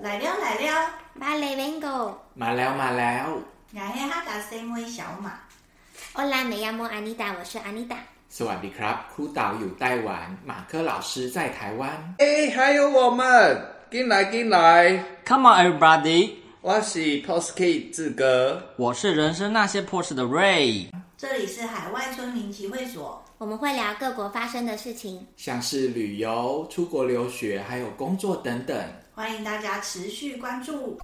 来了来了，马雷文狗， มาแล้วมาแล้ว 俺黑哈达身为小马，欧拉美亚莫安妮达，我是安妮达。 สวัสดีครับ ครูเต่าอยู่ไต้หวัน马克老师在台湾哎，还有我们，进来进来， Come on, everybody！我是 Posky 志哥，我是人生那些破事的 Ray。这里是海外村民集会所，我们会聊各国发生的事情。像是旅游、出国留学，还有工作等等。欢迎大家持续关注。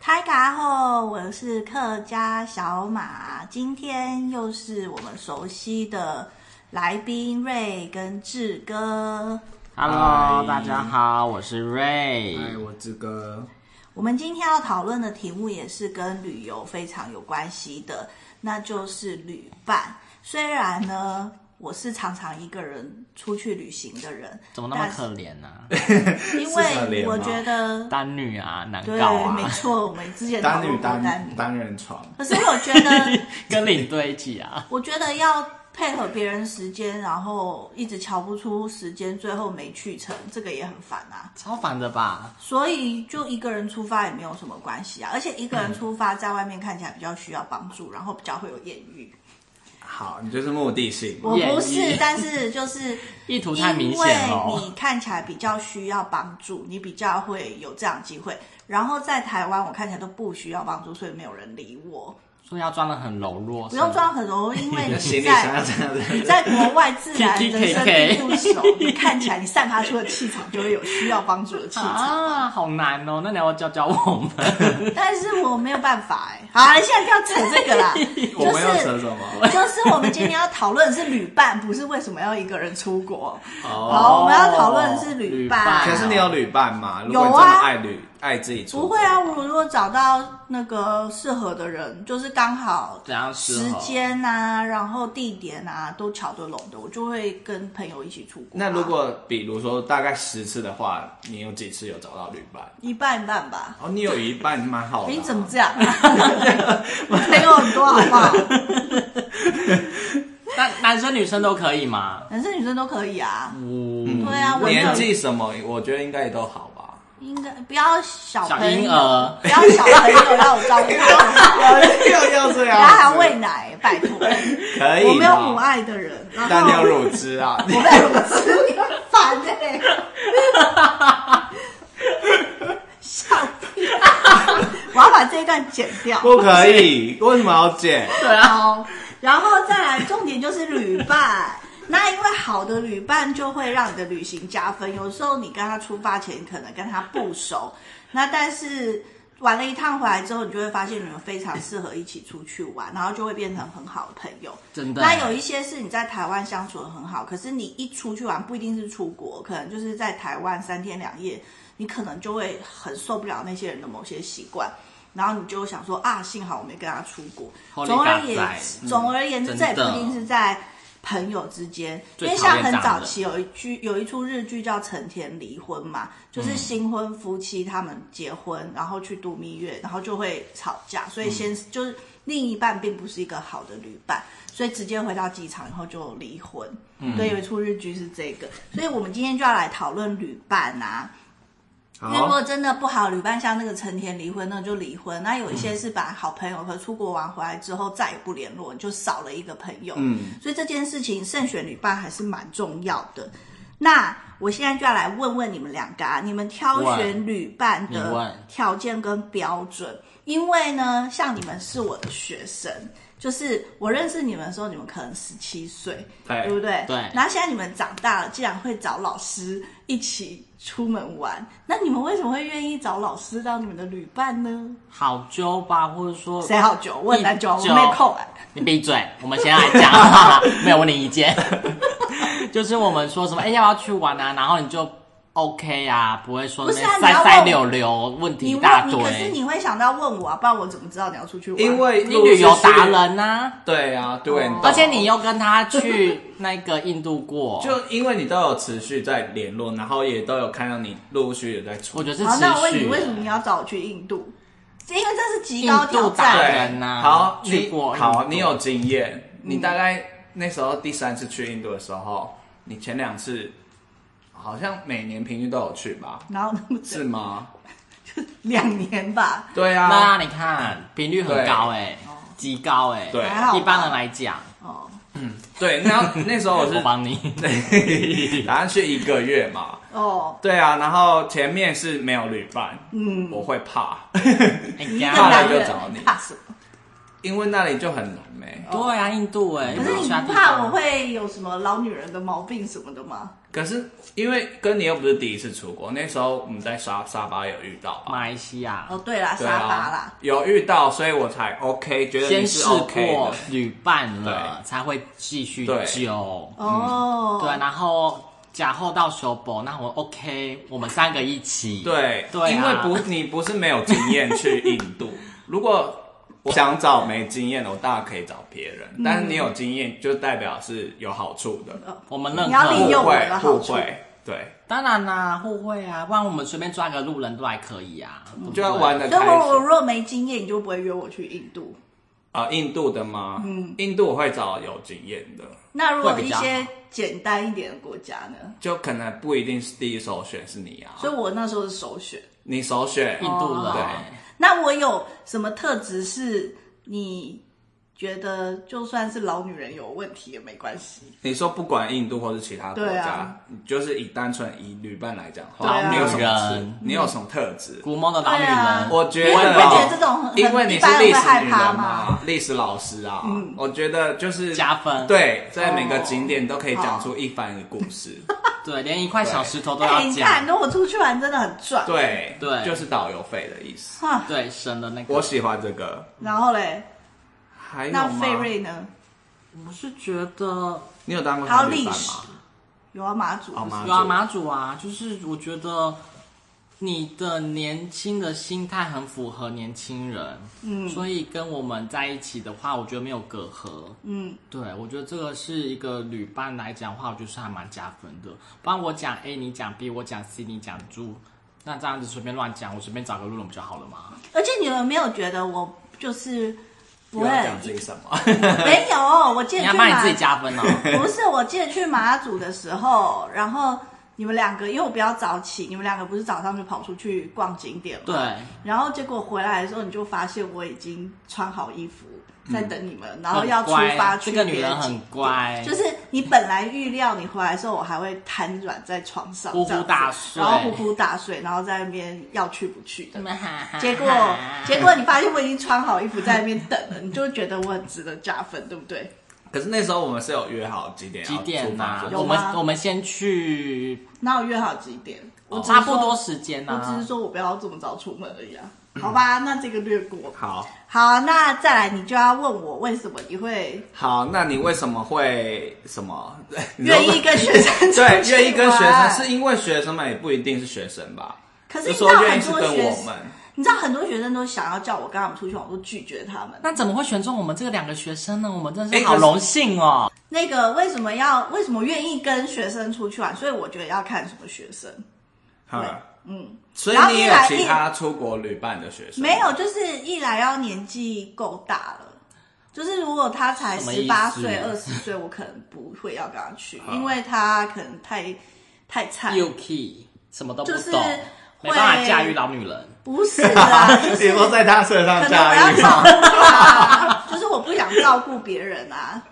开嘎后，我是客家小马，今天又是我们熟悉的来宾瑞跟志哥。 Hello， Hi 大家好，我是 Ray。哎，我志哥，我们今天要讨论的题目也是跟旅游非常有关系的，那就是旅伴。虽然呢，我是常常一个人出去旅行的人，怎么那么可怜呢、但是因是可为怜吗我觉得，单女啊，难对搞， 没啊，错，我们之前讨单论女过单单女，单人床，可是我觉得。跟领队一起啊。我觉得要配合别人时间，然后一直瞧不出时间，最后没去成，这个也很烦啊。超烦的吧？所以就一个人出发也没有什么关系啊，而且一个人出发在外面看起来比较需要帮助，然后比较会有艳遇。好，你就是目的性，我不艳是遇，但是就是意图太明因显为你了。看起来比较需要帮助，你比较会有这样的机会。然后在台湾，我看起来都不需要帮助，所以没有人理我。所以要装的很柔弱，不用是吗。装很容易，因为行你李箱在要这样子，在国外自然 TTKK 人生地不熟，你看起来你散发出的气场就会有需要帮助的气场，啊，好难哦！那你要教教我 们。但是我没有办法哎、好啊，现在不要扯这个啦， 我们要扯就是什 么？就是我们今天要讨论的是旅伴，不是为什么要一个人出国。哦，好，我们要讨论的是旅伴。可是你有旅伴吗？如果有你这么啊爱旅，爱自己出不国，会啊，我如果找到那个适合的人，就是刚好啊怎样适时合间啊，然后地点啊都瞧得拢的，我就会跟朋友一起出国啊、那如果比如说大概十次的话，你有几次有找到旅伴？啊一半一半吧。哦，你有一半蛮好的啊、你怎么这 样、啊？ 朋友很多好不好？那男生女生都可以吗？男生女生都可以啊。嗯，对啊，我没有年纪什么？我觉得应该也都好 吧。应该不要小小朋婴友，儿。不要小朋友要我照顾，又要不这要哎还喂奶，拜 托。可以我没有啦母爱的人，然但你有后乳汁啊。我被我吃，你很烦的、欸。 笑屁！我要把这一段剪掉。不可以， 为什么要剪？ 好，然后再来，重点就是旅伴。那因为好的旅伴就会让你的旅行加分。有时候你跟他出发前可能跟他不熟，那但是玩了一趟回来之后，你就会发现你们非常适合一起出去玩，然后就会变成很好的朋友。真的那有一些是你在台湾相处的很好，可是你一出去玩不一定是出国，可能就是在台湾三天两夜，你可能就会很受不了那些人的某些习惯，然后你就想说啊，幸好我没跟他出国。 Holy 总而 God 言在总而言之，真这也不的一定是在朋友之间，因最为讨像厌很这样早的期有一句有一出日剧叫《成田离婚》嘛，嗯就是新婚夫妻他们结婚，然后去度蜜月，然后就会吵架，所以嗯先、就是另一半并不是一个好的旅伴，所以直接回到机场以后就离婚。嗯对，有一出日剧是这个，所以我们今天就要来讨论旅伴啊。因为如果真的不好，旅伴像那个成田离婚，那就离婚。那有一些是把好朋友和出国玩回来之后再也不联络，你就少了一个朋友。嗯，所以这件事情慎选旅伴还是蛮重要的。那我现在就要来问问你们两个啊，你们挑选旅伴你的问条件跟标准，因为呢，像你们是我的学生，就是我认识你们的时候，你们可能十七岁，对对不对？对然后现在你们长大了，竟然会找老师一起出门玩，那你们为什么会愿意找老师当你们的旅伴呢？好揪吧，或者说谁好久？我很难久，我一九没空哎、你闭嘴！我们先来 讲，没有问你意见。就是我们说什么，哎、要不要去玩啊？然后你就哦 OK 啊，不会说不那是啊三你要三问六六问你题一问大你，可是堆。你会想到问我啊，不然我怎么知道你要出去玩？因为你陆旅游是达，人哦呐、对啊，对，你懂而且你又跟他去那个印度 过，就因为你都有持续在联络，然后也都有看到你陆续有在出我觉得是好，那我持问续你，的。为什么你要找我去印度？因为这是极印高啊挑战。度大对人呐好，去你过印好，度你有经验。你大概那时候第三次去印度的时候，你前两次好像每年平均都有去吧？然后那么是吗？两年吧，对啊，那你看频率很高哎、极高哎、对哦还好吧一般人来讲，哦，对，那那时候 我我 是帮你。打算去一个月嘛。哦，对啊，然后前面是没有旅伴，嗯，我会怕，你一个怕男了就人找 你怕什么？因为那里就很难欸没。对啊，印度哎、可是你其他地不方怕我会有什么老女人的毛病什么的吗？可是因为跟你又不是第一次出国，那时候我们在沙沙巴有遇到啊吧？马来西亚哦，对啦，对沙发啊啦，，有遇到，所以我才 OK，觉得你先是试 OK 过的。旅伴了，才会继续对揪。嗯哦，啊对，啊然后假后到修博，那我 OK，我们三个一起。对，对啊因为不你不是没有经验去印 度，如果我想找没经验的，我当然可以找别人，嗯但是你有经验就代表是有好处的，我们认你要呃利互可。用我惠的好互处惠，对，当然啦，互惠啊，不然我们随便抓个路人都还可以啊。对不对就要玩的所开以我我心。如果没经验，你就不会约我去印度。啊、印度的吗？嗯，印度我会找有经验的，那如果会比一较好些简单一点的国家呢？就可能不一定是第一首选是你啊，所以我那时候是首选。你首选印度哦人。对那我有什么特质是你觉得就算是老女人有问题也没关系？你说不管印度或是其他国对家，啊你就是以单纯以旅伴来讲的老话，你有什女么人特你有什么特质？古蒙的老女对啊人，我觉得我也你会觉得这种很 因为你是一般人会历史害女人怕嘛吗，嗯历史老师啊，我觉得就是加分对，在每个景点都可以讲出一番的故事，哦对，连一块小石头都哎、要你看，讲。跟我出去玩真的很赚。 对对就是导游费的意思。哈，对，神的那个。我喜欢这个，然后嘞，还有那吗费，瑞呢？我是觉得你有当过还他有的旅历伴史吗？，有啊，马祖哦马有啊，马祖啊，就是我觉得你的年轻的心态很符合年轻人，嗯，所以跟我们在一起的话，我觉得没有隔阂，嗯，对，我觉得这个是一个旅伴来讲的话，我觉得是还蛮加分的。不然我讲 A，你讲 B，我讲 C，你讲猪，那这样子随便乱讲，我随便找个路人不就好了吗？而且你们没有觉得我就是不又会要讲自己什么？ 没有？我记得你要去帮你马自己加 分哦。不是，我记得去马祖的时候，然后你们两个，因为我比较早起，你们两个不是早上就跑出去逛景点吗？对。然后结果回来的时候，你就发现我已经穿好衣服在等你们，然后要出发去嗯很乖这别个女的人景很乖，就是你本来预料你回来的时候，我还会瘫软在床上，呼呼这样子大睡，然后呼呼大睡，然后在那边要去不去的。 结果 结果你发现我已经穿好衣服在那边等了，你就会觉得我很值得加分，对不对？可是那时候我们是有约好几点要几点啊出发呐、的有我们吗我们先去那我约好几点？我哦只是差不多说时间啊啊呢、我只是说我不要这么早出门而已啊。好吧，那这个略过。好好，那再来你就要问我为什么你会好，那你为什么会什么？ 你说愿意跟学生 出对，去愿意跟学生，玩是因为学生们也不一定是学生吧？可是就你知说道愿很意是多跟学我生，们，你知道很多学生都想要叫我跟他们出去玩，我都拒绝他们。那怎么会选中我们这两个学生呢？我们真的哎是好可是荣幸哦！那个为什么要为什么愿意跟学生出去玩？所以我觉得要看什么学生。哈，嗯，所以然后你一有来其一他出国旅伴的学生吗没有，就是一来要年纪够大了，就是如果他才什么十意思八岁、二十岁，我可能不会要跟他去，因为他可能太太菜， Yuki 什么都不懂，就是没办法会驾驭老女人。不是 啦，就你是说在他身上可能我驾要驭，照顾他，就是我不想照顾别人啊，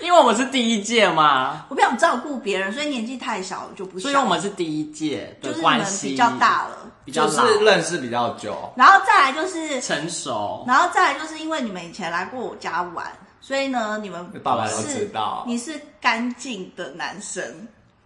因为我们是第一届嘛，我不想照顾别人，所以年纪太小我就不所想，以我们是第一届就的是你关们系比较，大了，比较 就老，是认识比较久，啊然后再来就是成熟。然后再来就是因为你们以前来过我家玩，所以呢，你们爸爸都是知道。你是干净的男生，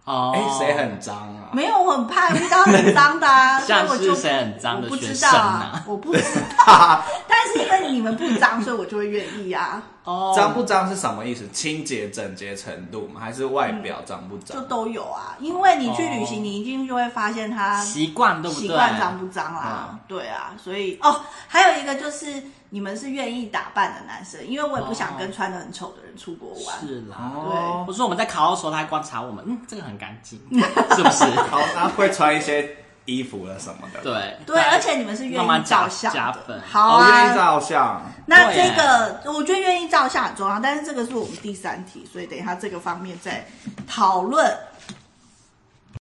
哦，哎，谁很脏啊？没有，我很怕遇到很脏的、啊，所以像我是就谁很脏我的不学知生道啊 啊，？我不知道，但是因为你们不脏，所以我就会愿意啊。哦，脏不脏是什么意思？清洁整洁程度吗？还是外表脏不脏？就都有啊。因为你去旅行，哦你一定就会发现它习惯对不对？习惯脏不脏啦、对啊，所以哦，还有一个就是你们是愿意打扮的男生，因为我也不想跟穿的很丑的人出国玩。是啦。哦我，说我们在烤肉的时候，他还观察我们，嗯，这个很干净，是 不是？好，那会穿一些衣服啊了什么的。，对对，而且你们是愿慢慢意照加相加的分，好哦，愿意啊。照相。那对这个我觉得愿意照相很重要，但是这个是我们第三题，所以等一下这个方面再讨论。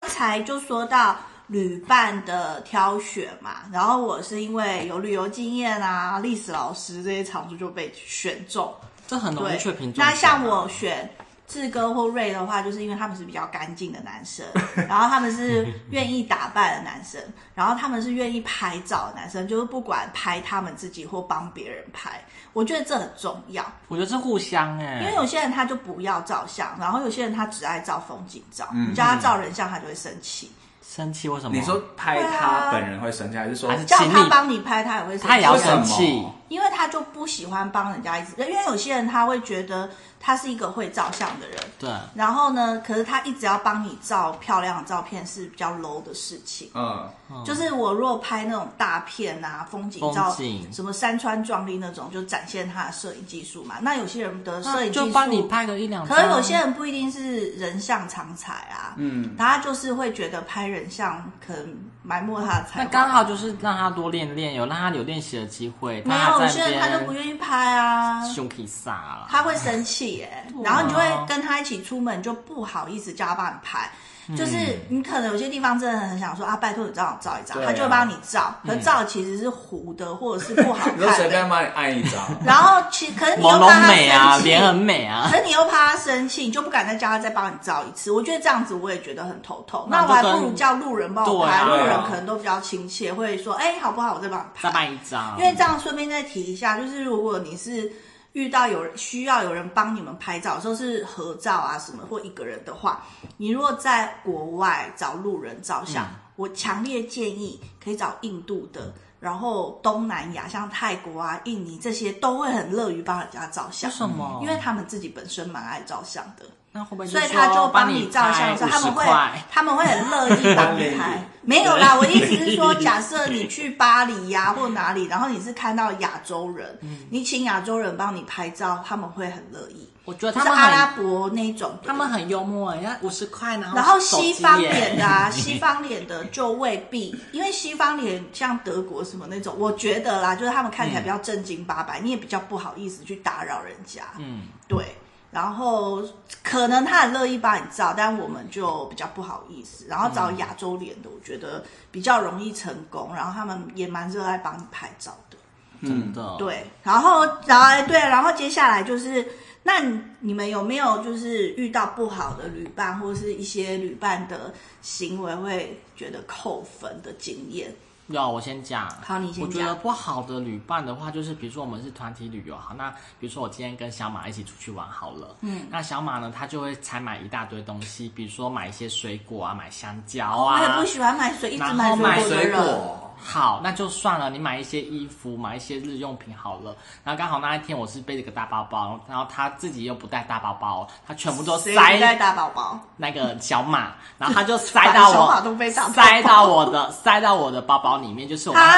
刚才就说到旅伴的挑选嘛，然后我是因为有旅游经验啊，历史老师这些场处就被选中。这很容易对确评。啊那像我选志哥或瑞的话，就是因为他们是比较干净的男生，然后他们 是愿意打扮的男生，然后他们是愿意拍照的男生，就是不管拍他们自己或帮别人拍，我觉得这很重要。我觉得是互相哎、因为有些人他就不要照相，然后有些人他只爱照风景照，嗯你叫他照人像，他就会生气。生气为什么？你说拍他本人会生气，还是说还是叫请他你帮你拍，他也会生气。他也要为什生么气，因为他就不喜欢帮人家一直，因为有些人他会觉得他是一个会照相的人，对，然后呢，可是他一直要帮你照漂亮的照片是比较 low 的事情。嗯，就是我如果拍那种大片啊、风景照、风景什么山川壮丽那种，就展现他的摄影技术嘛。那有些人的摄影技术就帮你，拍个一两张，可是有些人不一定是人像长才啊，嗯，他就是会觉得拍人像可能埋没他的才华。那刚好就是让他多练练，有让他有练习的机会。没有，有他些人他就不愿意拍啊，胸可以撒了。他会生气耶、然后你就会跟他一起出门，就不好意思叫他帮你拍。嗯就是你可能有些地方真的很想说啊，拜托你让我照一张，对啊他就会帮你照，嗯可照其实是糊的或者是不好你就看的。随便帮你按一张。 然后其可是你又朦怕胧他美啊，生气，脸很美 啊可。是你又怕他生气，你就不敢再叫他再帮你照一次。我觉得这样子我也觉得很头痛，那那就我还跟不如叫路人帮我对拍，啊路人可能都比较亲切，会说哎好不好，我再帮你再拍。办一张，因为这样顺便再提一下，就是如果你是遇到有人需要有人帮你们拍照，说是合照啊什么或一个人的话，你如果在国外找路人照相，嗯我强烈建议可以找印度的。然后东南亚像泰国啊、印尼这些都会很乐于帮人家照相，为什么因为他们自己本身蛮爱照相的。那会不会所以说他就帮你你照相的时候，拍他们50会块他们会很乐意帮你拍。没有啦，我的意思是说，假设你去巴黎呀、或哪里，然后你是看到亚洲人，你请亚洲人帮你拍照，他们会很乐意。我觉得就他是们阿拉很伯那种的，他们很幽默哎，要五十块，然后然后手西机方耶脸的 啊，西方脸的就未必，因为西方脸像德国什么那种，我觉得啦，就是他们看起来比较正经八百，你也比较不好意思去打扰人家。嗯，对，然后可能他很乐意帮你照，但我们就比较不好意思。然后找嗯亚洲脸的，我觉得比较容易成功，然后他们也蛮热爱帮你拍照的。嗯真的，对，然后然后对，然后接下来就是，那你你们有没有就是遇到不好的旅伴，或是一些旅伴的行为会觉得扣分的经验？有，啊我先讲。好你先我觉得讲不好的旅伴的话，就是比如说我们是团体旅游，好，那比如说我今天跟小马一起出去玩好了，嗯，那小马呢，他就会采买一大堆东西，比如说买一些水果啊，买香蕉啊，我也不喜欢买水，一直然买后买水果的水人，果，好，那就算了，你买一些衣服，买一些日用品好了。然后刚好那一天我是背着个大包包，然后他自己又不带大包包，他全部都谁不带塞大宝宝？那个小马，然后他就塞 到小马都我背大包包塞到我的塞到我的包包里面，就是我帮他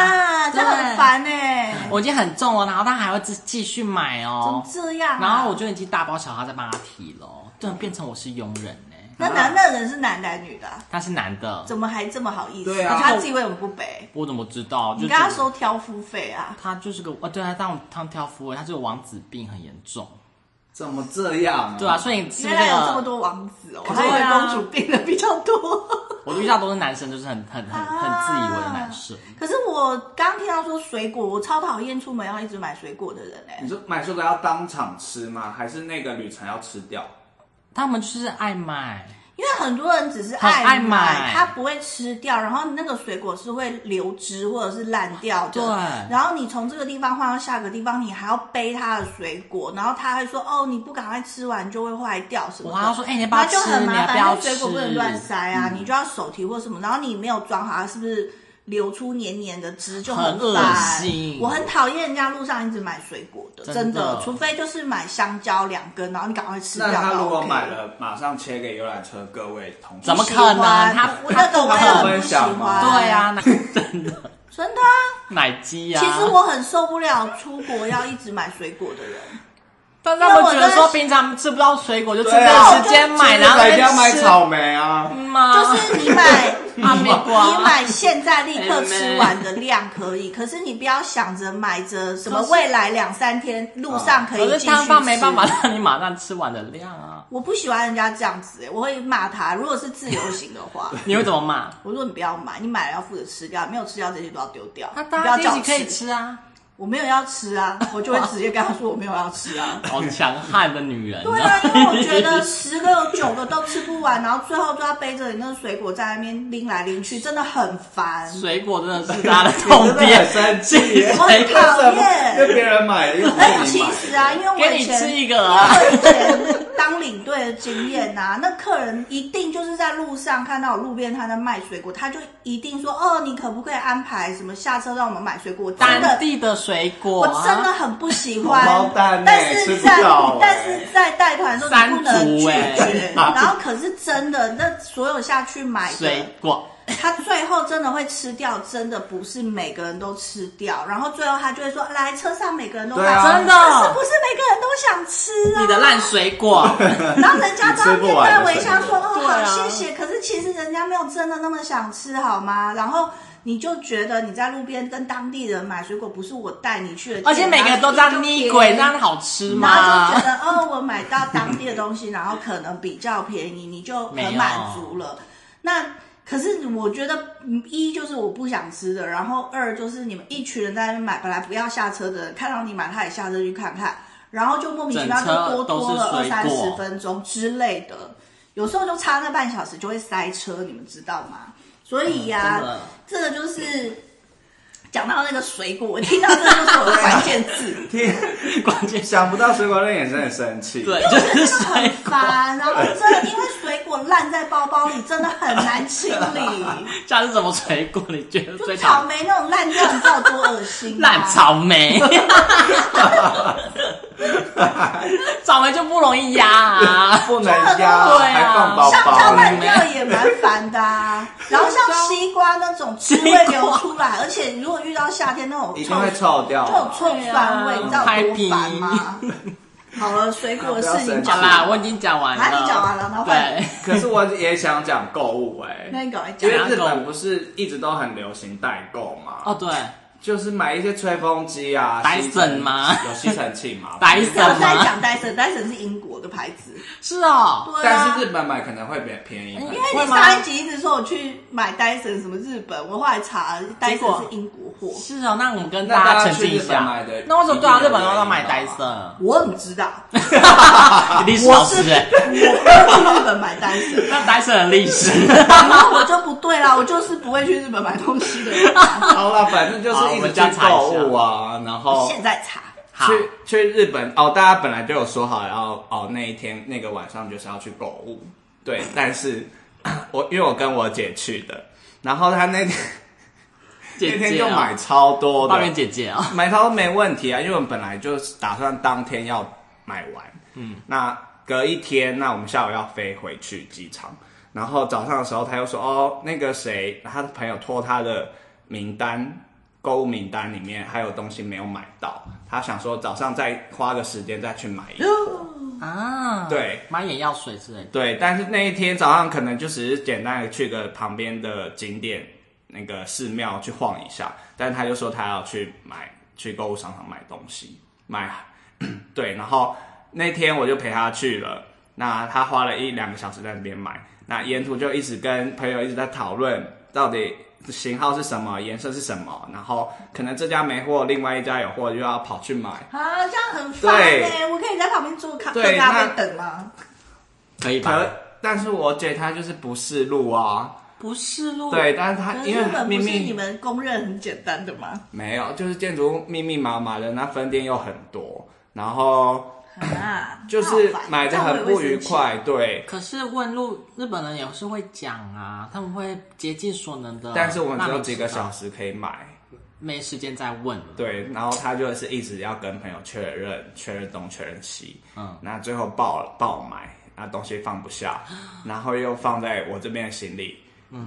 啊，这很烦哎、我已经很重了，然后他还会继继续买怎哦么，这样、啊？然后我就已经大包小包在帮他提了，对，变成我是佣人呢、那男那人是男的还是女的啊、他是男的，怎么还这么好意思？对啊他自己为什么不背？我怎么知道？就你跟他觉得收挑夫费啊？他就是个哦，对他当他挑夫人，他这个王子病很严重，怎么这样、对啊，，所以是不哦原是来那有这么个多王子哦，我可还是以为啊公主病的比较多。我遇到都是男生，就是很很很啊很自以为的男生。可是我刚听到说水果，我超讨厌出门要一直买水果的人哎、你说买水果要当场吃吗？还是那个旅程要吃掉？他们就是爱买，因为很多人只是很爱买买，他不会吃掉，然后那个水果是会流汁或者是烂掉的。对然后你从这个地方换到下个地方，你还要背他的水果，然后他还说：“哦，你不赶快吃完就会坏掉什么的。”我还要说哎你要不要那就很麻吃你要烦，不要那水果不能吃嗯乱塞啊，你就要手提或什么，然后你没有装好，它是不是？流出黏黏的汁，就很恶烦。心我很讨厌人家路上一直买水果的，真真的，的除非就是买香蕉两根，然后你赶快吃掉。那他就如果 OK 买，了，马上切给游览车各位同事怎么喜可欢能他我那个我他不也分不喜享吗欢。对啊，那真的真的啊。 奶鸡呀、其实，我很受不了出国要一直买水果的人。但他们觉得说平常吃不到水果，就趁这对啊个时间买，然后在在家那买边吃草莓啊，吗？就是你买，啊哎你没瓜你买现在立刻吃完的量可以，可是你不要想着买着什么未来两三天路上可以可继是续吃摊贩没办法。让你马上吃完的量啊，我不喜欢人家这样子、欸我会骂他。如果是自由行的话，你会怎么骂？我说你不要买，你买了要负责吃掉，没有吃掉这些都要丢掉。那你啊大不家要一叫起我可以，吃啊，我没有要吃啊，我就会直接跟他说我没有要吃 啊。好强悍的女人、对啊，因为我觉得十个有九个都吃不完，然后最后都要背着你那个水果在那边拎来拎去，真的很烦。水果 真的是大家的真痛的很点。生 气耶，我很讨厌因为别人买了又不 而且是其你买实啊，因为我给以你前吃一个啊！ 我以前当领队的经验呐、那客人一定就是在路上看到我路边摊在卖水果，他就一定说：“哦，你可不可以安排什么下车让我们买水果？”我真当的，地的水果、我啊，真的很不喜欢红包蛋欸。但是吃不在到欸但是在带团的时候你不能山拒竹欸绝，然后可是真的，那所有下去买的水果，他最后真的会吃掉，真的不是每个人都吃掉，然后最后他就会说：“来，车上每个人都买，对啊真的可是不是每个人都想吃啊？哦你的烂水 果，然后人家在那边在微笑说：“哦，你吃不完的水果好，对啊谢谢。”可是其实人家没有真的那么想吃，好吗？然后你就觉得你在路边跟当地人买水果，不是我带你去的店，而且每个都这样逆轨，这样好吃然后就吗觉？得哦，我买到当地的东西，然后可能比较便宜，你就很满足了。那可是我觉得，嗯一就是我不想吃的，然后二就是你们一群人在那边买，本来不要下车的人，看到你买，他也下车去看看，然后就莫名其妙整车就多都多是了二水三果十分钟之类的，有时候就差那半小时就会塞车，你们知道吗？所以呀、嗯真这个的 就是讲到那个水果，我听到这个就是我的关键字。天，关键 想不到水果类也是很生气。对，就是水很果，烦，然后真的因为水果烂在包包里，真的很难清 理。下次什么水果？你觉得就最草讨莓那种烂掉，你知道多恶 心啊吗？烂草莓？草莓就不容易压啊，不能压，对啊还放包香蕉包。烂掉也蛮烦的 啊。然后像西瓜那种汁会流出来，而且如果遇到夏天那种一定臭会臭啊掉就有啊。臭酸味，你知道多烦吗 拍？好了，水果的事情好啊讲啦， 完，我已经讲完了，啊你讲完了然后换对，可是我也想讲购物哎、那你赶快因讲为。日本不是一直都很流行代购嘛，哦对，就是买一些吹风机啊， Dyson 吸尘吗有吸尘器吗？ 白不要什再么？讲戴森，戴森是英国的牌子，是哦，对啊。但是日本买可能会比较便宜，因因为你上一集一直说我去买戴森什么日本，我后来查戴结森果是英国货，是哦，那我们跟那大大家家澄清去日一本下买的，那为什么对啊，一定有日本都要买原因戴吧森？我怎么知 道？历史老我师是，我没有去日本买戴森，那戴森的历 史，然后我就不对啦，我就是不会去日本买东西的人。啊好了，反正就是一直去购物啊，然后现在查，好去去日本哦，大家本来就有说好要哦那一天那个晚上就是要去购物，对，但是 我因为我跟我姐去的，然后她那天姐那天姐就哦买超多抱怨的，姐姐哦，买超多没问题啊，因为我们本来就是打算当天要买完，嗯，那隔一天，那我们下午要飞回去机场，然后早上的时候他又说哦那个谁，他的朋友托他的名单。购物名单里面还有东西没有买到，他想说早上再花个时间再去买一啊，对买眼药水之类的，对，但是那一天早上可能就只是简单的去个旁边的景点那个寺庙去晃一下，但他就说他要去买去购物商场买东西买， 对，然后那天我就陪他去了，那他花了一两个小时在那边买，那沿途就一直跟朋友一直在讨论到底。型号是什么？颜色是什么？然后可能这家没货，另外一家有货，又要跑去买。啊，这样很烦哎、我可以在旁边坐咖喝对咖啡那等吗？可以吧可？但是我姐她就是不识路啊，不是路，对，但是他哦可是因日为本秘不是你密们公认很简单的吗？没有，就是建筑物密密麻麻的，那分店又很多，然后啊，就是那好烦买的很不愉。快，对。哦可是问路，日本人也是会讲啊，他们会竭尽所能的。但是我们只有几个时。小时可以买，没时间再问了。对，然后他就是一直要跟朋友确认，确认东，确认西，嗯，那最后爆了爆买，那东西放不下，啊然后又放在我这边的行李，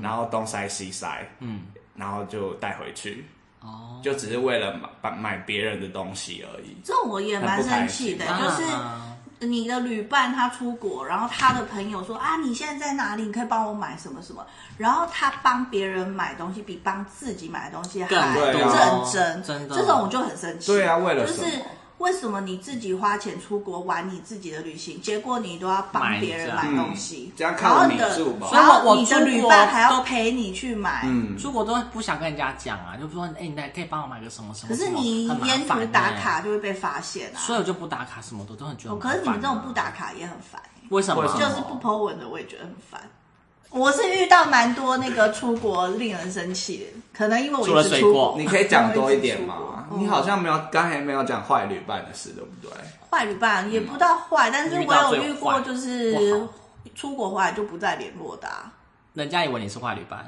然后东塞西塞，嗯，然后就带回去，哦，就只是为了买买别人的东西而已。这我也蛮生气的，很当不就然是啊你的旅伴他出国，然后他的朋友说啊，你现在在哪里？你可以帮我买什么什么。然后他帮别人买东西，比帮自己买东西还更多认真，真的这种我就很生气。对啊为了就是什么为什么你自己花钱出国玩你自己的旅行，结果你都要帮别人买东西嗯，这样然后靠你你的住吧然后你所以的我旅出国伴还要都陪你去买，嗯，出国都不想跟人家讲啊，就说哎，你可以帮我买个什么什么可什是么，你很麻沿途烦欸打卡，就会被发现啊。所以我就不打卡，什么的都很觉得哦很麻可是烦啊。你们这种不打卡也很烦、为什么？为什么就是不 Po 文的，我也觉得很烦。我是遇到蛮多那个出国令人生气的，可能因为我除了一直水出果国，你可以讲多一 点因为嘛一直出？国你好像没有刚才没有讲坏旅伴的事，对不对？坏旅伴也不到坏，但是我有遇过就是遇到最坏不好出国回来就不再联络的、啊，人家以为你是坏旅伴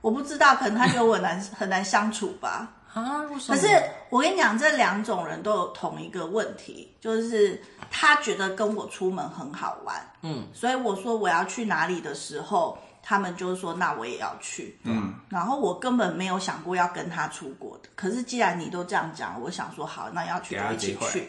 我不知道，可能他觉得我很难 很难相处吧。啊？为什可么？是我跟你讲，这两种人都有同一个问题，就是他觉得跟我出门很好玩，嗯，所以我说我要去哪里的时候，他们就说那我也要去，嗯，然后我根本没有想过要跟他出国的。可是既然你都这样讲，我想说好，那要去给他就一起机会去。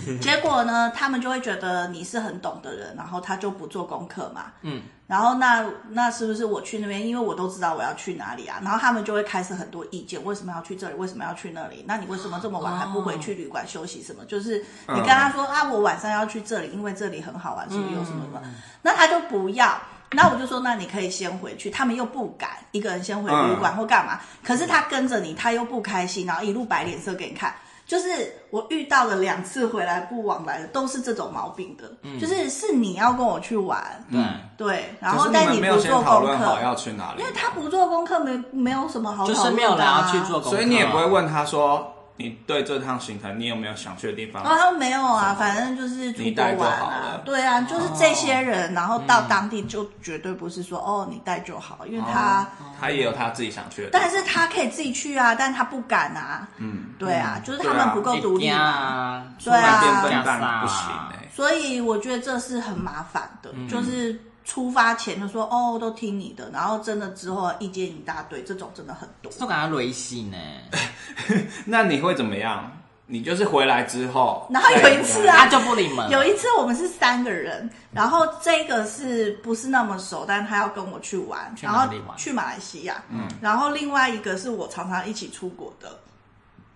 结果呢，他们就会觉得你是很懂的人，然后他就不做功课嘛，嗯，然后那那是不是我去那边？因为我都知道我要去哪里啊，然后他们就会开始很多意见，为什么要去这里？为什么要去那里？那你为什么这么晚还不回去旅馆休息？什么？就是你跟他说、啊，我晚上要去这里，因为这里很好玩，所以有什么什么，那他就不要。那我就说，那你可以先回去。他们又不敢一个人先回旅馆或干嘛，可是他跟着你，他又不开心，然后一路摆脸色给你看。就是我遇到了两次回来不往来的，都是这种毛病的。嗯就是是你要跟我去玩，对，对，然可后是但们没不有先做讨功论好课，要去哪里，因为他不做功课没没有什么好讨论的就啊是没有人要去做，功课，所哎以你也不会。问他说，你对这趟行程你有没有想去的地方？然后他们没有啊，反正就是出哦你国带就玩好啊了，哦对啊，就是这些人，然后到当地就绝对不是说哦你带就好，因为哦他他也有他自己想去的地方。但是他可以自己去啊，但他不敢啊，嗯，对啊，就是他对们啊不够独立你怕嘛。啊，对啊突然变笨蛋不行欸哎、所以我觉得这是很麻烦的，就是出发前就说哦都听你的，然后真的之后意见一大堆，这种真的很多。啊都感觉雷西呢。那你会怎么样？你就是回来之后，然后有一次啊他就不理门了，有一次我们是三个人，然后这个是不是那么熟，但他要跟我去玩，去然哪后里玩去马来西亚，嗯，然后另外一个是我常常一起出国的。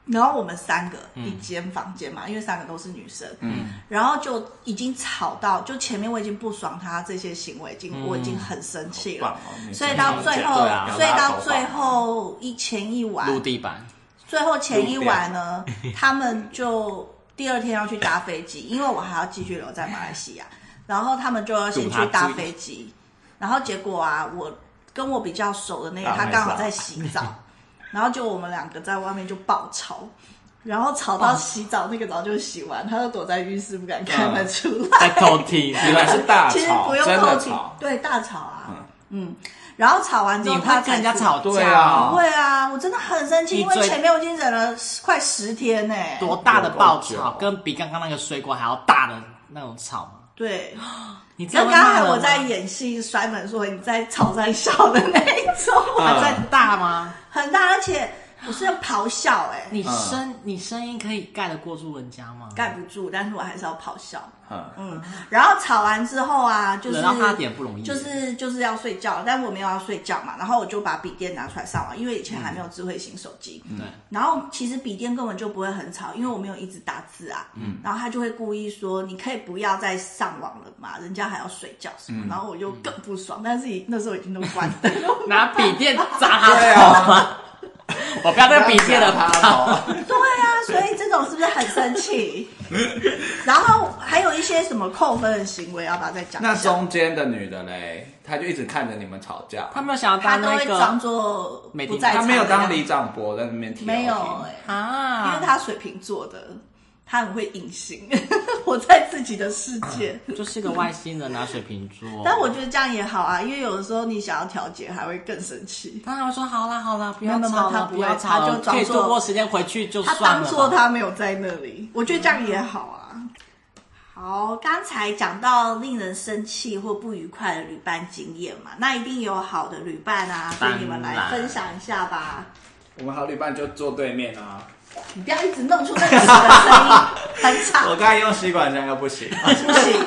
然后我们三个一间房间嘛，因为三个都是女生，嗯，然后就已经吵到，就前面我已经不爽他这些行为，已经、我已经很生气棒了，哦你所以真到的最这后，对啊所以要拉到头发最后一前一晚，陆地板，最后前一晚呢，他们就第二天要去搭飞机， 因为我还要继续留在马来西亚，然后他们就要先去搭飞机，然后结果啊，我跟我比较熟的那个，大他麦刚好嫂在洗澡， 然后就我们两个在外面就爆吵。然后吵到洗澡，那个澡就洗完，他就躲在浴室不敢开门出来。在偷听， 原来是 大其实吵不，用真偷的情吵，。对大吵啊，嗯然后吵完之你后，他会才跟人家出吵对架啊啊？不会啊，我真的很生气，你因为最前面我已经忍了快十天呢、多大的爆有多炒，久跟比刚刚那个水果还要大的那种炒吗？ 对，你知道那刚才我在演戏摔门，说你在吵三笑的那一种，还算大吗？很大，而且我是咆哮哎、你声、你声音可以盖得过住人家吗？盖不住，但是我还是要咆哮。嗯，嗯，然后吵完之后啊，就是惹到他点不容易，就是就是要睡觉，但我没有要睡觉嘛，然后我就把笔电拿出来上网，因为以前还没有智慧型手机。嗯对，然后其实笔电根本就不会很吵，因为我没有一直打字啊。嗯。然后他就会故意说：“你可以不要再上网了嘛，人家还要睡觉什么。嗯然后我就更不爽，但是已那时候已经都关灯了。 拿笔电砸他对头啊吗？ 我不要那个笔电的他吵，对啊，所以这种是不是很生气？ 然后还有一些什么扣分的行为，要不要再讲一下？那中间的女的嘞，她就一直看着你们吵架，他没有想要他当都会那装个作美不婷在场她的样子，欸没有当里长伯在那边提，没有哎、啊，因为他水瓶座的，他很会隐形， 活在自己的世界。就是个外星人啊拿水瓶座。但我觉得这样也好啊，因为有的时候你想要调解，还会更生气。他还会说好啦好啦，不没有要没有吵他了，不不要会吵他了，就装可以作度过时间回去就他算了吧。当做他没有在那里，我觉得这样也好啊。好，刚才讲到令人生气或不愉快的旅伴经验嘛，那一定有好的旅伴啊，所以你们当来然分享一下吧。我们好旅伴就坐对面啊。你不要一直弄出那个屎 的声音，很 我吵，刚才用吸管，现在又不行。不行。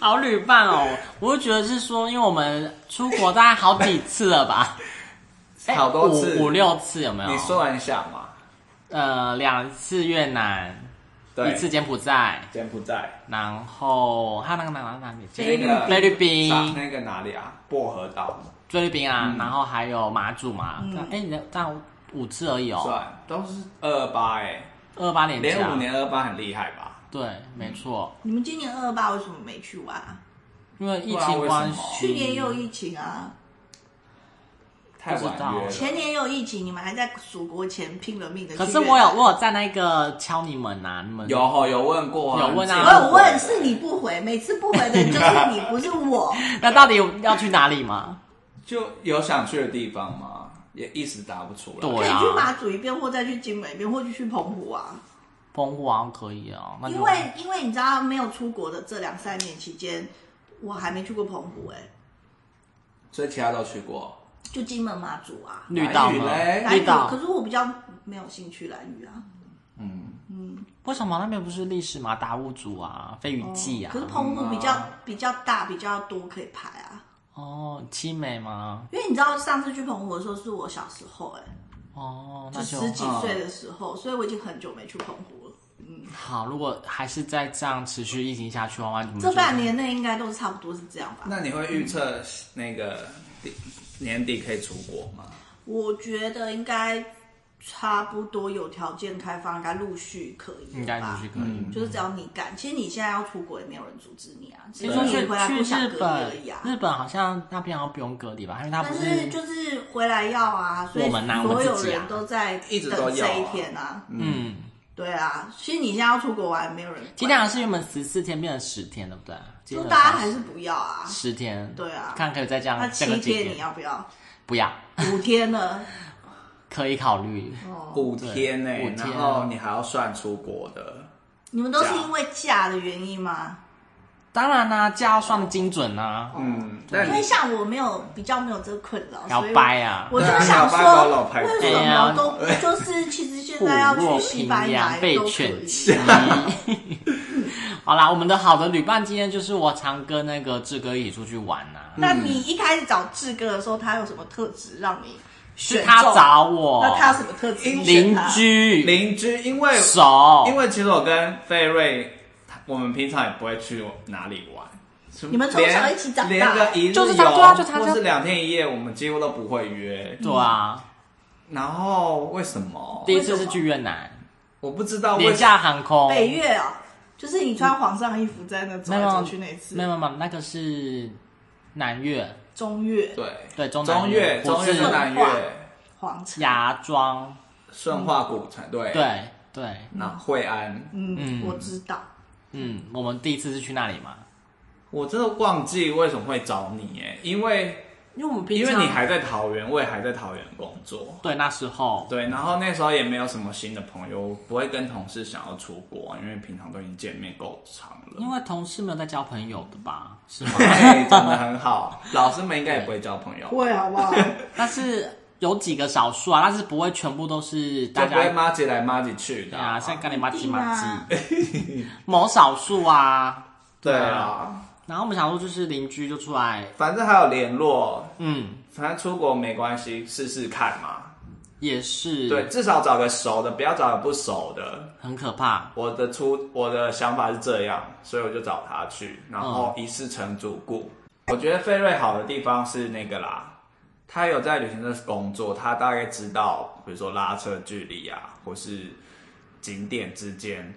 好旅伴哦，我就觉得是说，因为我们出国大概好几次了吧，哎好多次五五六次有没有？你说完一下嘛？呃，两次越南，对，一次柬埔寨，柬埔寨，然后还有那个哪哪哪里？菲律宾那个菲律宾上那个哪里啊？薄荷岛菲律宾啊，然后还有马祖嘛。嗯哎、你的这样五次而已哦，算都是二八哎，二八年连假五。年二八很厉害吧？对，没错，你们今年二八为什么没去玩啊？因为疫不然情为关什么系，去年也有疫情啊，太不知道婉约了。前年也有疫情，你们还在祖国前拼了命的。可是我有，我有在那个敲你们呐、你们有吼有问过啊，有问啊你我自己有问，是你不回，每次不回的人就是你，不是我。那到底要去哪里吗？就有想去的地方吗？也一时答不出来。 对可以啊去马祖一边，或再去金门一边，或者去澎湖啊。澎湖好像可以哦，那就因为因为你知道，没有出国的这两三年期间，我还没去过澎湖、欸，哎，所以其他都去过。就金门、马祖啊，绿岛蓝屿吗？嘞蓝绿屿。岛可是我比较没有兴趣蓝屿啊，嗯，为什么那边不是历史嘛？达悟族啊，飞鱼记啊可，是澎湖比较、嗯比较大，比较多可以拍啊。哦，七美吗？因为你知道，上次去澎湖的时候是我小时候、欸，哎，哦，就那就十几岁的时候，所以我已经很久没去澎湖了。好。如果还是再这样持续疫情下去的话，你们这就半年内应该都是差不多是这样吧。那你会预测那个第年底可以出国吗？我觉得应该差不多有条件开放，应该陆续可以应该吧嗯继续可以。就是只要你敢，其实你现在要出国也没有人阻止你啊，只听是说你去回来不去想日隔离而已本啊，。日本好像那边好像不用隔离吧？因为它但不是就是回来要啊，所以我们啊我所们有自己啊人都在一直都等要啊这一天啊。嗯，对啊，其实你现在要出国玩，没有人管。今天好像是原本十四天变成十天，对不对？今就天大家还是不要啊。十天，对啊看可以再这那样七再个几天你要不要？不要， 五天呢？可以考虑。哦，五天呢、哎五天啊然后你还要算出国的，你们都是因为假的原因吗？当然啦、假要算的精准啊，嗯，但因为像我没有比较没有这个困扰，要所以我掰啊。我就想说，为什对么啊 都就是其实现在要去西班牙被也都可犬以欺。好啦，我们的好的旅伴经验就是我常跟那个志哥一起出去玩呐、啊，那你一开始找志哥的时候，他有什么特质让你是选他中？找我，那他有什么特质？你选邻他，居邻居，因为熟，因为其实我跟费瑞，他我们平常也不会去哪里玩。你们从小一起长大连连个一日游，就是他对啊就他或是两天一夜，我们几乎都不会约。对啊，然后为什么第？一次是去越南，我不知道为廉什么。价航空，北越哦，就是你穿皇上衣服在那走没来有走去那次没，有没有没有，那个是南越，中越对对中南中越，不中越是是南文化越，皇城。芽庄，顺化古城，对，对对，那惠安，嗯，嗯我知道。嗯，我们第一次是去那里嘛，我真的忘记为什么会找你哎，因为因为我们平因为常你还在桃园，我也还在桃园工作，对那时候对，然后那时候也没有什么新的朋友，我不会跟同事想要出国，啊因为平常都已经见面够长 因了。为同事没有在交朋友的吧，是吗？ 对，长得很好，老师们应该也不会交朋友，会好 不好？但是有几个少数啊，但是不会全部都是就大不会家妈姐来妈姐去的啊，像干你妈鸡妈一鸡，某少数啊。对啊，然后我们想说，就是邻居就出来，反正还有联络，嗯，反正出国没关系，试试看嘛。也是对，，至少找个熟的，不要找个不熟的。很可怕。我的出我的想法是这样，所以我就找他去，然后嗯一试成主顾。我觉得费瑞好的地方是那个啦，他有在旅行社工作，他大概知道，比如说拉车距离啊，或是景点之间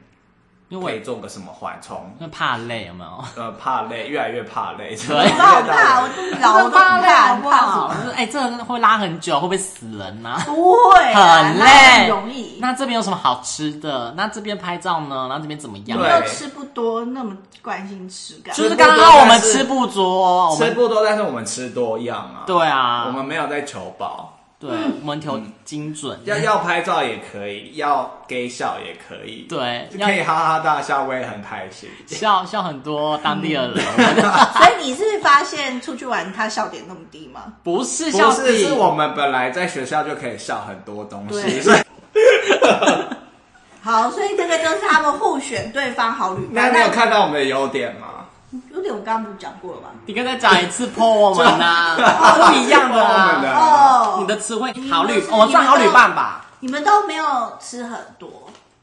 因可为嗯以做个什么缓冲，因为怕累，有没有？呃，怕累，越来越怕 累，以我好 怕，我 老我都怕不怕，好不好？就是 哎、这个会拉很久，会不会死人呐、啊？ 不会啊，很哪累有容易。那这边有什么好吃的？那这边拍照呢？那这边怎么样？对又吃不多，那么关心吃干嘛？就是刚刚我们吃不足哦，我吃们不多，但是我们吃多样啊。对啊，我们没有在求饱，对，我们求精准，要要拍照也可以，要 gay 笑也可以，，对，要可以哈哈大笑，我也很开心。笑笑很多当地的人， 所以你是发现出去玩他笑点那么低吗？不是不笑是，地是我们本来在学校就可以笑很多东西，对所以好，所以这个就是他们互选对方好旅那伴。你有看到我们的优点吗？有点我刚刚不是讲过了吗？你跟他讲一次泼我们呐、啊，不一样的我们的啊，哦，你的词汇好你旅，们我算好旅伴吧，你们都没有吃很多，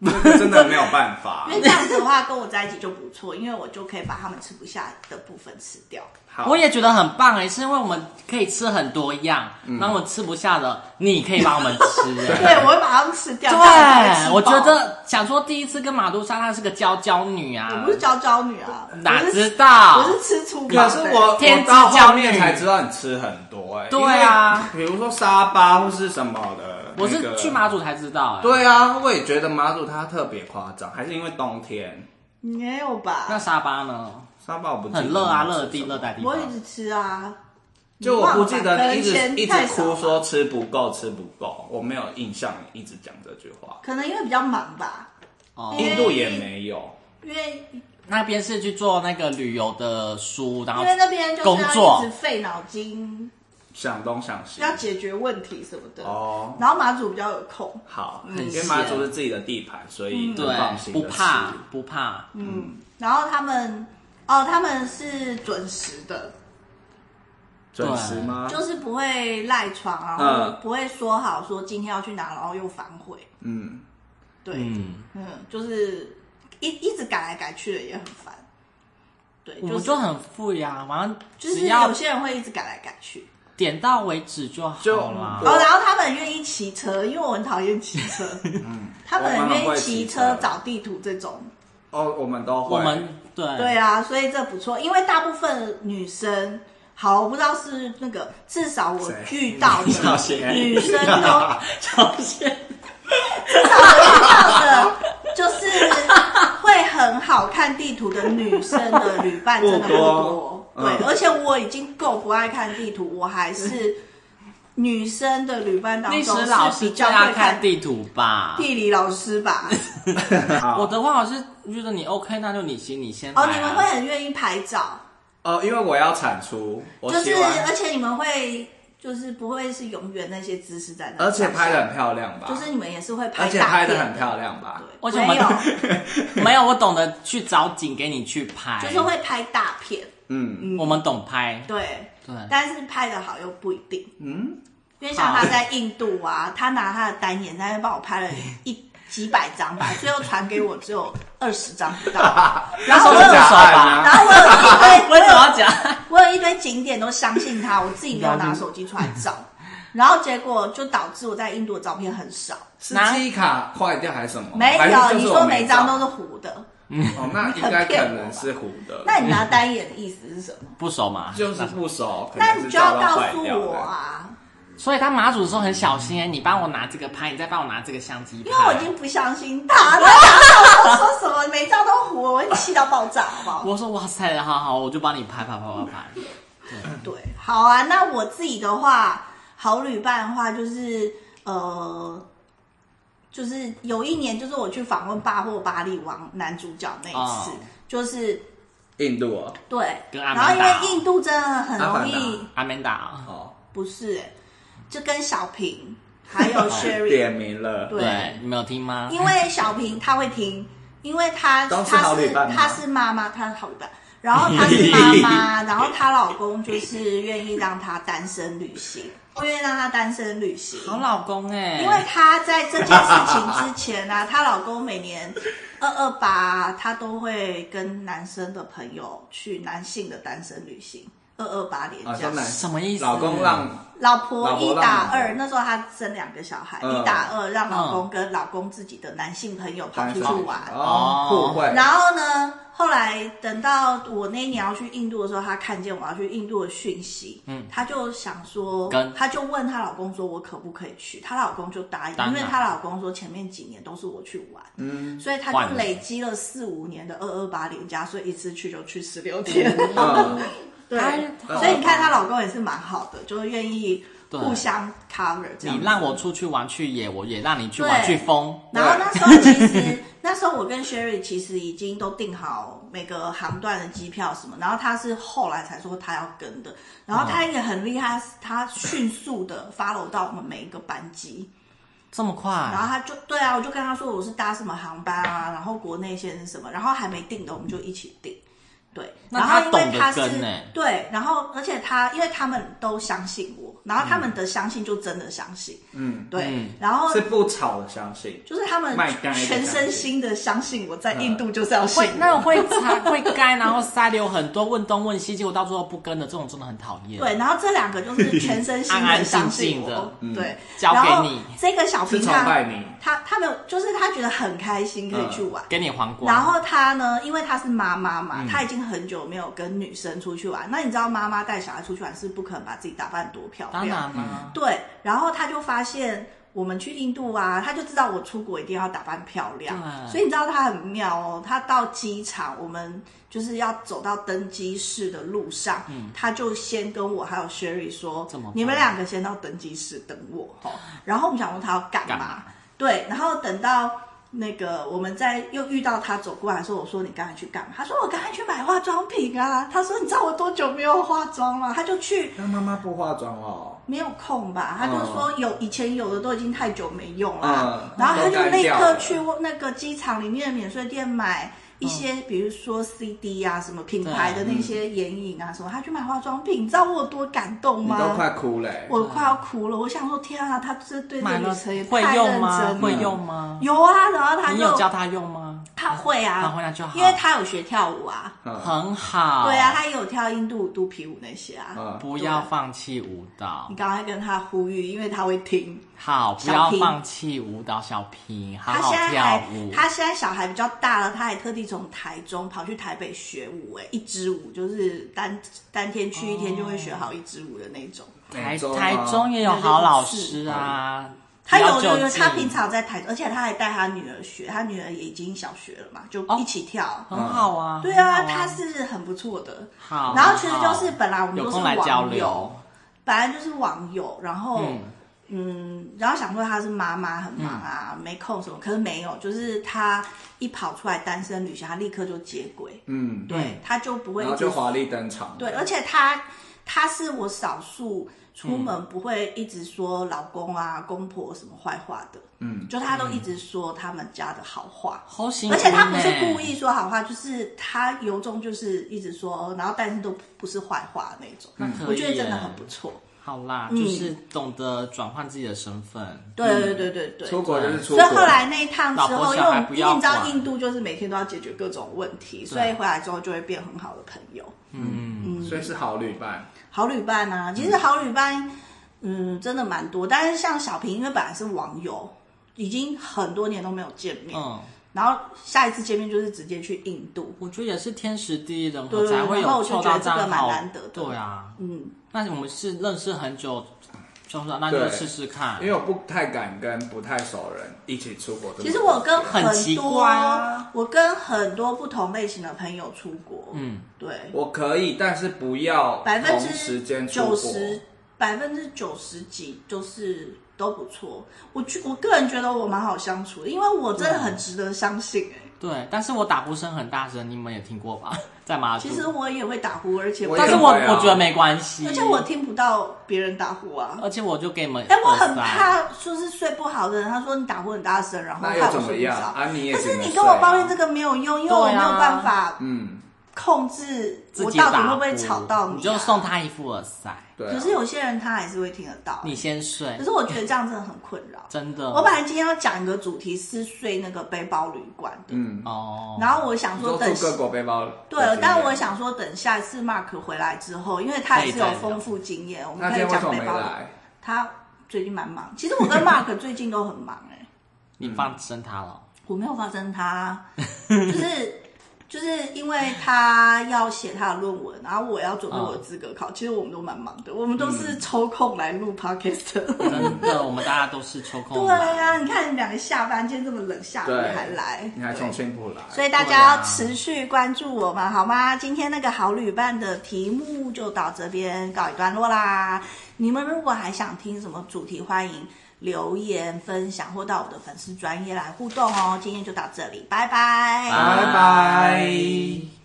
这个真的没有办啊法因。为这样子的话跟我在一起就不错，因为我就可以把他们吃不下的部分吃 掉。好，我也觉得很棒哎、是因为我们可以吃很多样，那我吃不下的，你可以帮我们吃、欸。对，我会把它们吃掉。这样才会吃对，饱我觉。得想说第一次跟马杜莎，她是个娇娇女啊，我不是娇娇女啊，哪我是知道我是吃粗可饱是的。我天我之到后骄面女才知道你吃很多哎、欸对啊，因为比如说沙巴或是什么的，我那是个去马。祖才知道、哎，对啊，我也觉得马祖它特别夸张，还是因为冬天没有那吧？沙巴呢？沙巴我不记得很热啊，你吃热地什么热带地方我。一直吃啊，就我不记得你一可直能钱一直太少哭吧说吃不够吃不够，我没有印象你一直讲这句话。可能因为比较忙吧，哦哎印度也没有，因为那边是去做那个旅游的书，啊然后因为那边就工是要作一直费脑筋，想东想西。要解决问题什么的。哦，然后马祖比较有空，好，嗯很因为马闲祖是自己的地盘，所以对很放心不地怕吃不怕，嗯，然后他们哦，他们是准时的，准时吗？就是不会赖床，然后啊嗯不会说好说今天要去哪，然后又反悔。嗯，对，嗯嗯，就是一一直改来改去的也很烦。对，我就们是就很富呀，反正就是只要有些人会一直改来改去。点到为止就好啦就。哦，然后他们很愿意骑车，因为我很讨厌骑车。他们很愿意骑车我们会骑车找地图这种。哦，我们都会。我们对对啊，所以这不错，因为大部分女生，好，我不知道是那个，至少我谁遇到 你小的贤女生都，小谢，至少我遇到的就是会很好看地图的女生的旅伴真 的不多，不多对，嗯而且我已经够不爱看地图，我还是女生的旅伴当历史中老是师比最较会爱看看地图吧？地理老师吧。好我的话，我是觉得你 OK，那就你行，你先来哦，啊。你们会很愿意拍照，哦，因为我要产出，我就是希望，而且你们会就是不会是永远那些姿势在那，而且拍的很漂亮吧？就是你们也是会拍，而且拍的很漂，亮吧？对，而且我没们 有，没有，我懂得去找景给你去拍，就是会拍大片，嗯我们懂拍，对，对，但是拍的好又不一定，嗯，因为像他在印度啊，他拿他的单眼在那边帮我拍了一。几百 张吧，最后传给我只有二十张不到，然后我真有的假的然后我有一堆，为什么要讲？我有一堆景点都相信他，我自己没有拿手机出来照，然后结果就导致我在印度的照片很少，是哪记忆卡坏掉还是什么？没还是有，就你是说我每没张照都是糊的，哦，那应该可能是糊的，那你拿单眼的意思是什 么？不熟嘛，就是不熟，可那能你是就要照到告坏诉掉我的。哎啊，所以他马祖的时候很小心哎、你帮我拿这个拍，你再帮我拿这个相机拍，因为我已经不相信他了， 然后我说什么每张都糊，我会气到爆炸，好不好？我说哇塞，好好，我就帮你拍拍拍拍拍，对，好啊。那我自己的话，好旅伴的话就是呃。就是有一年，就是我去访问《霸或巴黎王》男主角那一次，哦就是印度哦，对，跟阿然后曼因达为印度真的很容阿易凡，阿曼达，哦，不是、欸，就跟小平还哦有 Sherry，点名了，对对，你没有听吗？因为小平他会听，因为他都是他好是旅伴吗他是妈妈，他是好旅伴，然后她是妈 妈，然后她老公就是愿意让她单身旅行，不愿意让她单身旅行，好老公哎、因为她在这件事情之前呢、啊，她老公每年二二八，她都会跟男生的朋友去男性的单身旅行，二二八连啊假，真的什么意思？老公让老婆老婆一打让二，那时候她生两个小孩，嗯一打二让老公跟老公自己的男性朋友跑单出身去玩。哦，互惠，然后呢，后来等到我那一年要去印度的时候，她看见我要去印度的讯息，嗯，她就想说跟，她就问她老公说，我可不可以去？她老公就答应，当因然为她老公说前面几年都是我去玩，嗯，所以她换就了累积了四五年的二二八连假，所以一次去就去十六天。嗯， 对哎，所以你看她老公也是蛮好的，就是愿意互相 cover 这样。你让我。出去玩去野，我也让你去玩去对疯。然后那时候其实那时候我跟 Sherry 其实已经都订好每个航段的机票什么，然后她是后来才说她要跟的，然后她也很厉害，她迅速的 follow 到我们每一个班机，这么然后快？她就对啊，我就跟她说我是搭什么航班啊，然后国内线是什么，然后还没订的我们就一起订。对，那然后她因为懂得她是跟欸对，然后而且她因为他们都相信我，然后他们的相信就真的相信，嗯，对，嗯然后是不吵的，相信就是他们卖干一个全身心的相信我嗯在印度就是要信会 我，那种会擦会干，然后塞流很多，问东问西，结果到最后不跟的，这种真的很讨厌。对，，然后这两个 就是全身心安安的静相信静的我，对，交然后给你这个小是平崇他拜你，他他没有，就是他觉得很开心可以去玩。给你皇冠。然后他呢，因为他是妈妈嗯嘛，他已经很久没有跟女生出去玩。那你知道妈妈带小孩出去玩是不可能把自己打扮多漂当亮，然啦，对，然后他就发现我们去印度啊，他就知道我出国一定要打扮漂亮，对所以你知道他很妙哦。他到机场，我们就是要走到登机室的路上，他就先跟我还有 Sherry 说嗯怎么办，你们两个先到登机室等我哦。然后我们想说他要干嘛？干嘛对，然后等到。那个，我们在又遇到他走过来说：“我说你刚才去干嘛？”他说：“我刚才去买化妆品啊。”他说：“你知道我多久没有化妆了？”他就去那妈妈不化妆哦，没有空吧？他就嗯说有、以前有的都已经太久没用了，嗯然后他都干就立掉刻了去那个机场里面的免税店买一些，嗯比如说 CD 啊，什么品牌的那些眼影啊什么，他去买化妆品，你知道我有多感动你吗？都快哭嘞，我快要哭了，我想说天啊，他这对这买个了女生也会太认用真吗？了，会用吗？有啊，然后他你就有教他用吗？他会啊，他会那就好哦因为他有学跳舞啊，嗯很好。对啊，，他也有跳印度舞、肚皮舞那些啊。嗯，不要放弃舞蹈你，刚才跟他呼吁，因为他会听。好，不小要平放弃舞蹈，小平，好他好现在跳还舞，。他现在小孩比较大了，他还特地从台中跑去台北学舞、哎，一支舞就是单单天去一天就会哦学好一支舞的那种。台每周啊台中也有好老师啊，他不要有就有有，近他平常在台，而且他还带他女儿学，他女儿也已经小学了嘛，就哦一起跳。很好啊，嗯对啊，很好他是很不错的。好，啊然后其实好就是本来我们有都是空来交网流友，，本来就是网友，然后嗯嗯，然后想说她是妈妈很忙啊，嗯没空什么，可是没有，就是她一跑出来单身旅行，她立刻就接轨，嗯，对，她就不会然后就华丽登场，对，而且她她是我少数出嗯门不会一直说老公啊、公婆什么坏话的，嗯，就她都一直说他们家的好话。好辛而苦呢，且她不是故意说好话，就是她由衷就是一直说，然后但是都不是坏话那种。那可以耶，我觉得真的很不错。好啦，嗯就是懂得转换自己的身份，对对对对对，出国就是出所以国，后来那一趟之老后，婆因为小我孩们不因要为你知道管印度就是每天都要解决各种问题，所以回来之后就会变很好的朋友、嗯所以是好旅伴，好旅伴啊。其实好旅伴，嗯，真的蛮多。但是像小平，因为本来是网友，已经很多年都没有见面，嗯，然后下一次见面就是直接去印度。我觉得也是天时地利人和对才会然后我有就凑觉得到这这样个蛮好难得的对啊，嗯，那我们是认识很久，就说那就对试试看因，为我不太敢跟不太熟人一起出国，其实我跟很啊奇多，怪啊我跟很多不同类型的朋友出国，嗯，对，我可以，但是不要百分同时之间出九，国十，百分之九十几就是都不错。我觉我个人觉得我蛮好相处的，因为我真的嗯很值得相信、欸。对，但是我打呼声很大声，你们也听过吧？ 在马祖，其实我也会打呼，而且我也但是我会啊我觉得没关系，而且我听不到别人打呼啊。呃而且我就给你们耳塞，但我很怕，就是睡不好的人，他说你打呼很大声，然后那害又我怎么睡不样？着。啊，你也可是只能你跟我睡啊抱怨这，个没有用，因为我没有办法嗯，控制自我己到底打会不会呼吵到你、你、啊，就送。他一副耳塞，对啊、可是有些人他还是会听得到，你先睡可。是我觉得这样真的很困扰。真的，我本来今天要讲一个主题是睡那个背包旅馆的，嗯，哦，然后我想你说说等做各国背包的经对验，，但我想说等下一次 Mark 回来之后，因为他也是有可以再聊丰富经验，我那们今可以天讲为什么背没包旅。来？他最近蛮忙，其实我跟 Mark 最近都很忙哎、你放生他了，我没有发生 他，就是就是因为他要写他的论文，然后我要准嗯备我的资格考，其实我们都蛮忙的，我们都是抽空来录 podcast 的。真的，我们大家都是抽空对啊来呀、你看你们两个下班，今天这么冷，下午哦对还来，你还对从新浦来，所以大家要持续关注我们，好吗？今天那个好旅伴的题目就到这边告一段落啦。你们如果还想听什么主题，欢迎留言分享或到我的粉丝专业来互动哦。今天就到这里，拜拜。拜拜。